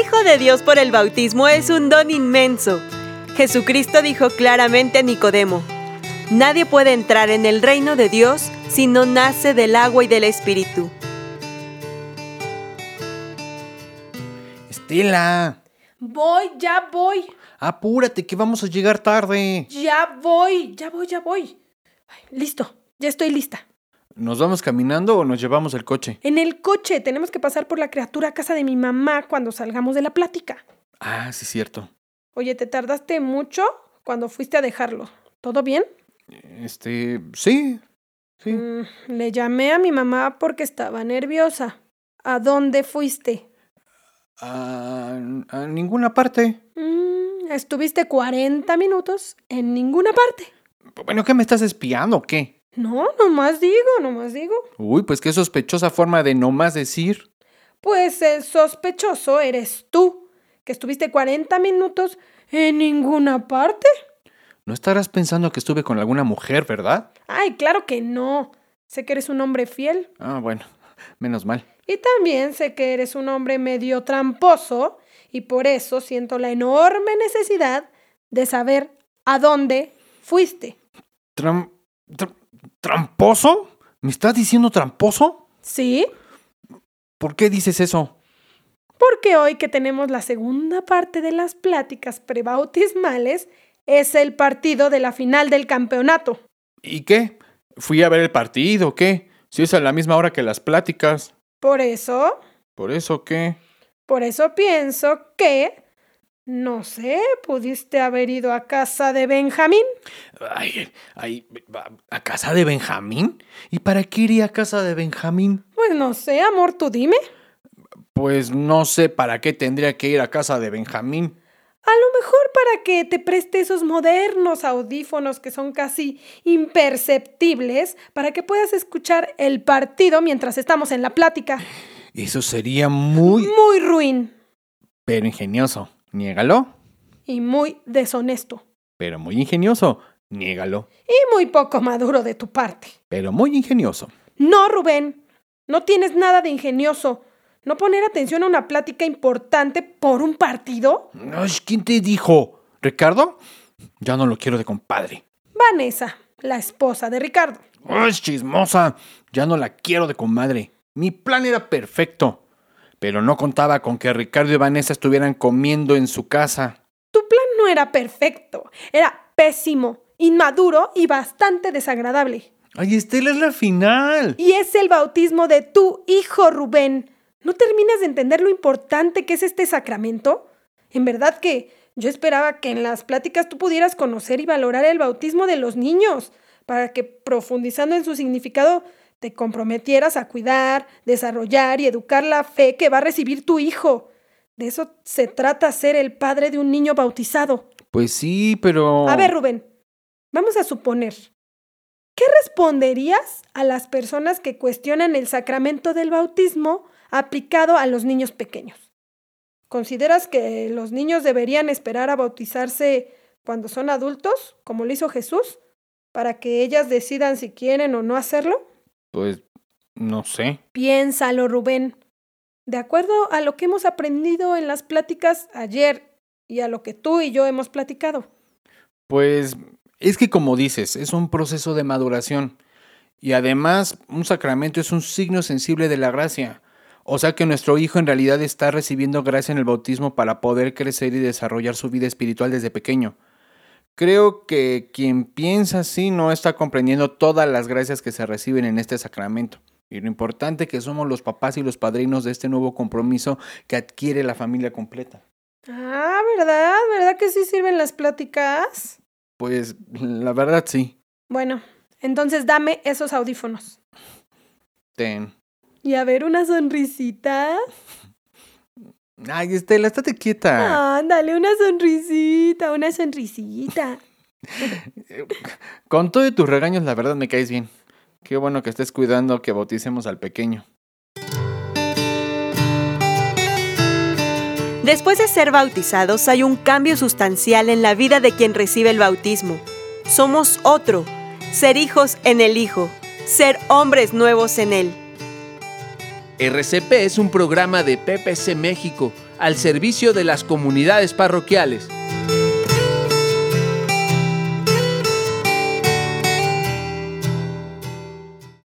Hijo de Dios por el bautismo es un don inmenso. Jesucristo dijo claramente a Nicodemo, Nadie puede entrar en el reino de Dios si no nace del agua y del Espíritu. Estela, Voy, ya voy. apúrate que vamos a llegar tarde. Ya voy, ya voy, ya voy. Ay, listo, ya estoy lista. ¿Nos vamos caminando o nos llevamos el coche? En el coche tenemos que pasar por la criatura a casa de mi mamá cuando salgamos de la plática. Ah, sí, cierto. Oye, ¿te tardaste mucho cuando fuiste a dejarlo? ¿Todo bien? Este, sí. Sí. Mm, le llamé a mi mamá porque estaba nerviosa. ¿A dónde fuiste? A, a ninguna parte. Mm, estuviste 40 minutos en ninguna parte. Bueno, ¿qué me estás espiando o qué? No, nomás digo, nomás digo. Uy, pues qué sospechosa forma de nomás decir. Pues el sospechoso eres tú, que estuviste 40 minutos en ninguna parte. No estarás pensando que estuve con alguna mujer, ¿verdad? Ay, claro que no. Sé que eres un hombre fiel. Ah, bueno, menos mal. Y también sé que eres un hombre medio tramposo y por eso siento la enorme necesidad de saber a dónde fuiste. Tram- tr- ¿Tramposo? ¿Me estás diciendo tramposo? ¿Sí? ¿Por qué dices eso? Porque hoy que tenemos la segunda parte de las pláticas prebautismales es el partido de la final del campeonato. ¿Y qué? ¿Fui a ver el partido o qué? Si es a la misma hora que las pláticas. Por eso, ¿Por eso qué? por eso pienso que, no sé, pudiste haber ido a casa de Benjamín. Ay, ay, ¿a- ¿A casa de Benjamín? ¿Y para qué iría a casa de Benjamín? Pues no sé, amor, tú dime. Pues no sé para qué tendría que ir a casa de Benjamín. A lo mejor para que te preste esos modernos audífonos que son casi imperceptibles, para que puedas escuchar el partido mientras estamos en la plática. Eso sería muy Muy ruin pero ingenioso. Niégalo, y muy deshonesto. pero muy ingenioso. Niégalo, Y muy poco maduro de tu parte. pero muy ingenioso. No, Rubén, no tienes nada de ingenioso. No poner atención a una plática importante por un partido. Ay, ¿Quién te dijo? ¿Ricardo? Ya no lo quiero de compadre. Vanessa, la esposa de Ricardo. ¡Ay, chismosa! Ya no la quiero de comadre. Mi plan era perfecto. Pero no contaba con que Ricardo y Vanessa estuvieran comiendo en su casa. Tu plan no era perfecto, era pésimo, inmaduro y bastante desagradable. ¡Ay, Estela es la final! Y es el bautismo de tu hijo, Rubén. ¿No terminas de entender lo importante que es este sacramento? En verdad que yo esperaba que en las pláticas tú pudieras conocer y valorar el bautismo de los niños, para que profundizando en su significado te comprometieras a cuidar, desarrollar y educar la fe que va a recibir tu hijo. De eso se trata ser el padre de un niño bautizado. Pues sí, pero. A ver, Rubén, vamos a suponer. ¿Qué responderías a las personas que cuestionan el sacramento del bautismo aplicado a los niños pequeños? ¿Consideras que los niños deberían esperar a bautizarse cuando son adultos, como lo hizo Jesús, para que ellas decidan si quieren o no hacerlo? Pues. No sé. Piénsalo, Rubén. De acuerdo a lo que hemos aprendido en las pláticas ayer y a lo que tú y yo hemos platicado, Pues es que como dices, es un proceso de maduración. Y además, un sacramento es un signo sensible de la gracia. O sea que nuestro hijo en realidad está recibiendo gracia en el bautismo para poder crecer y desarrollar su vida espiritual desde pequeño. Creo que quien piensa así no está comprendiendo todas las gracias que se reciben en este sacramento. Y lo importante que somos los papás y los padrinos de este nuevo compromiso que adquiere la familia completa. Ah, ¿verdad? ¿Verdad que sí sirven las pláticas? Pues la verdad sí. Bueno, entonces dame esos audífonos. Ten. Y a ver, una sonrisita. Ay, Estela, estate quieta. Ándale, una sonrisita, una sonrisita. Con todo y tus regaños, la verdad me caes bien. Qué bueno que estés cuidando que bauticemos al pequeño. Después de ser bautizados hay un cambio sustancial en la vida de quien recibe el bautismo. Somos otro, ser hijos en el Hijo, ser hombres nuevos en Él. RCP es un programa de PPC México al servicio de las comunidades parroquiales.